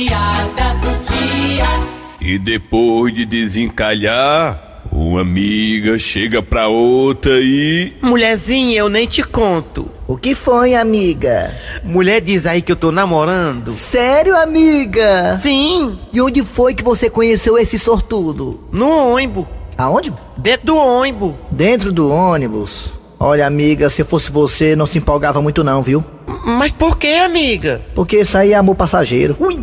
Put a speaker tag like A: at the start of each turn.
A: piada do dia.
B: E depois de desencalhar, uma amiga chega pra outra e.
C: Mulherzinha, eu nem te conto.
D: O que foi, amiga?
C: Mulher diz aí que eu tô namorando.
D: Sério, amiga?
C: Sim,
D: E onde foi que você conheceu esse sortudo?
C: no ônibus.
D: Aonde?
C: Dentro do ônibus.
D: Dentro do ônibus. Olha, amiga, se eu fosse você, não se empolgava muito não, viu?
C: Mas por que, amiga?
D: Porque isso aí é amor passageiro. Ui!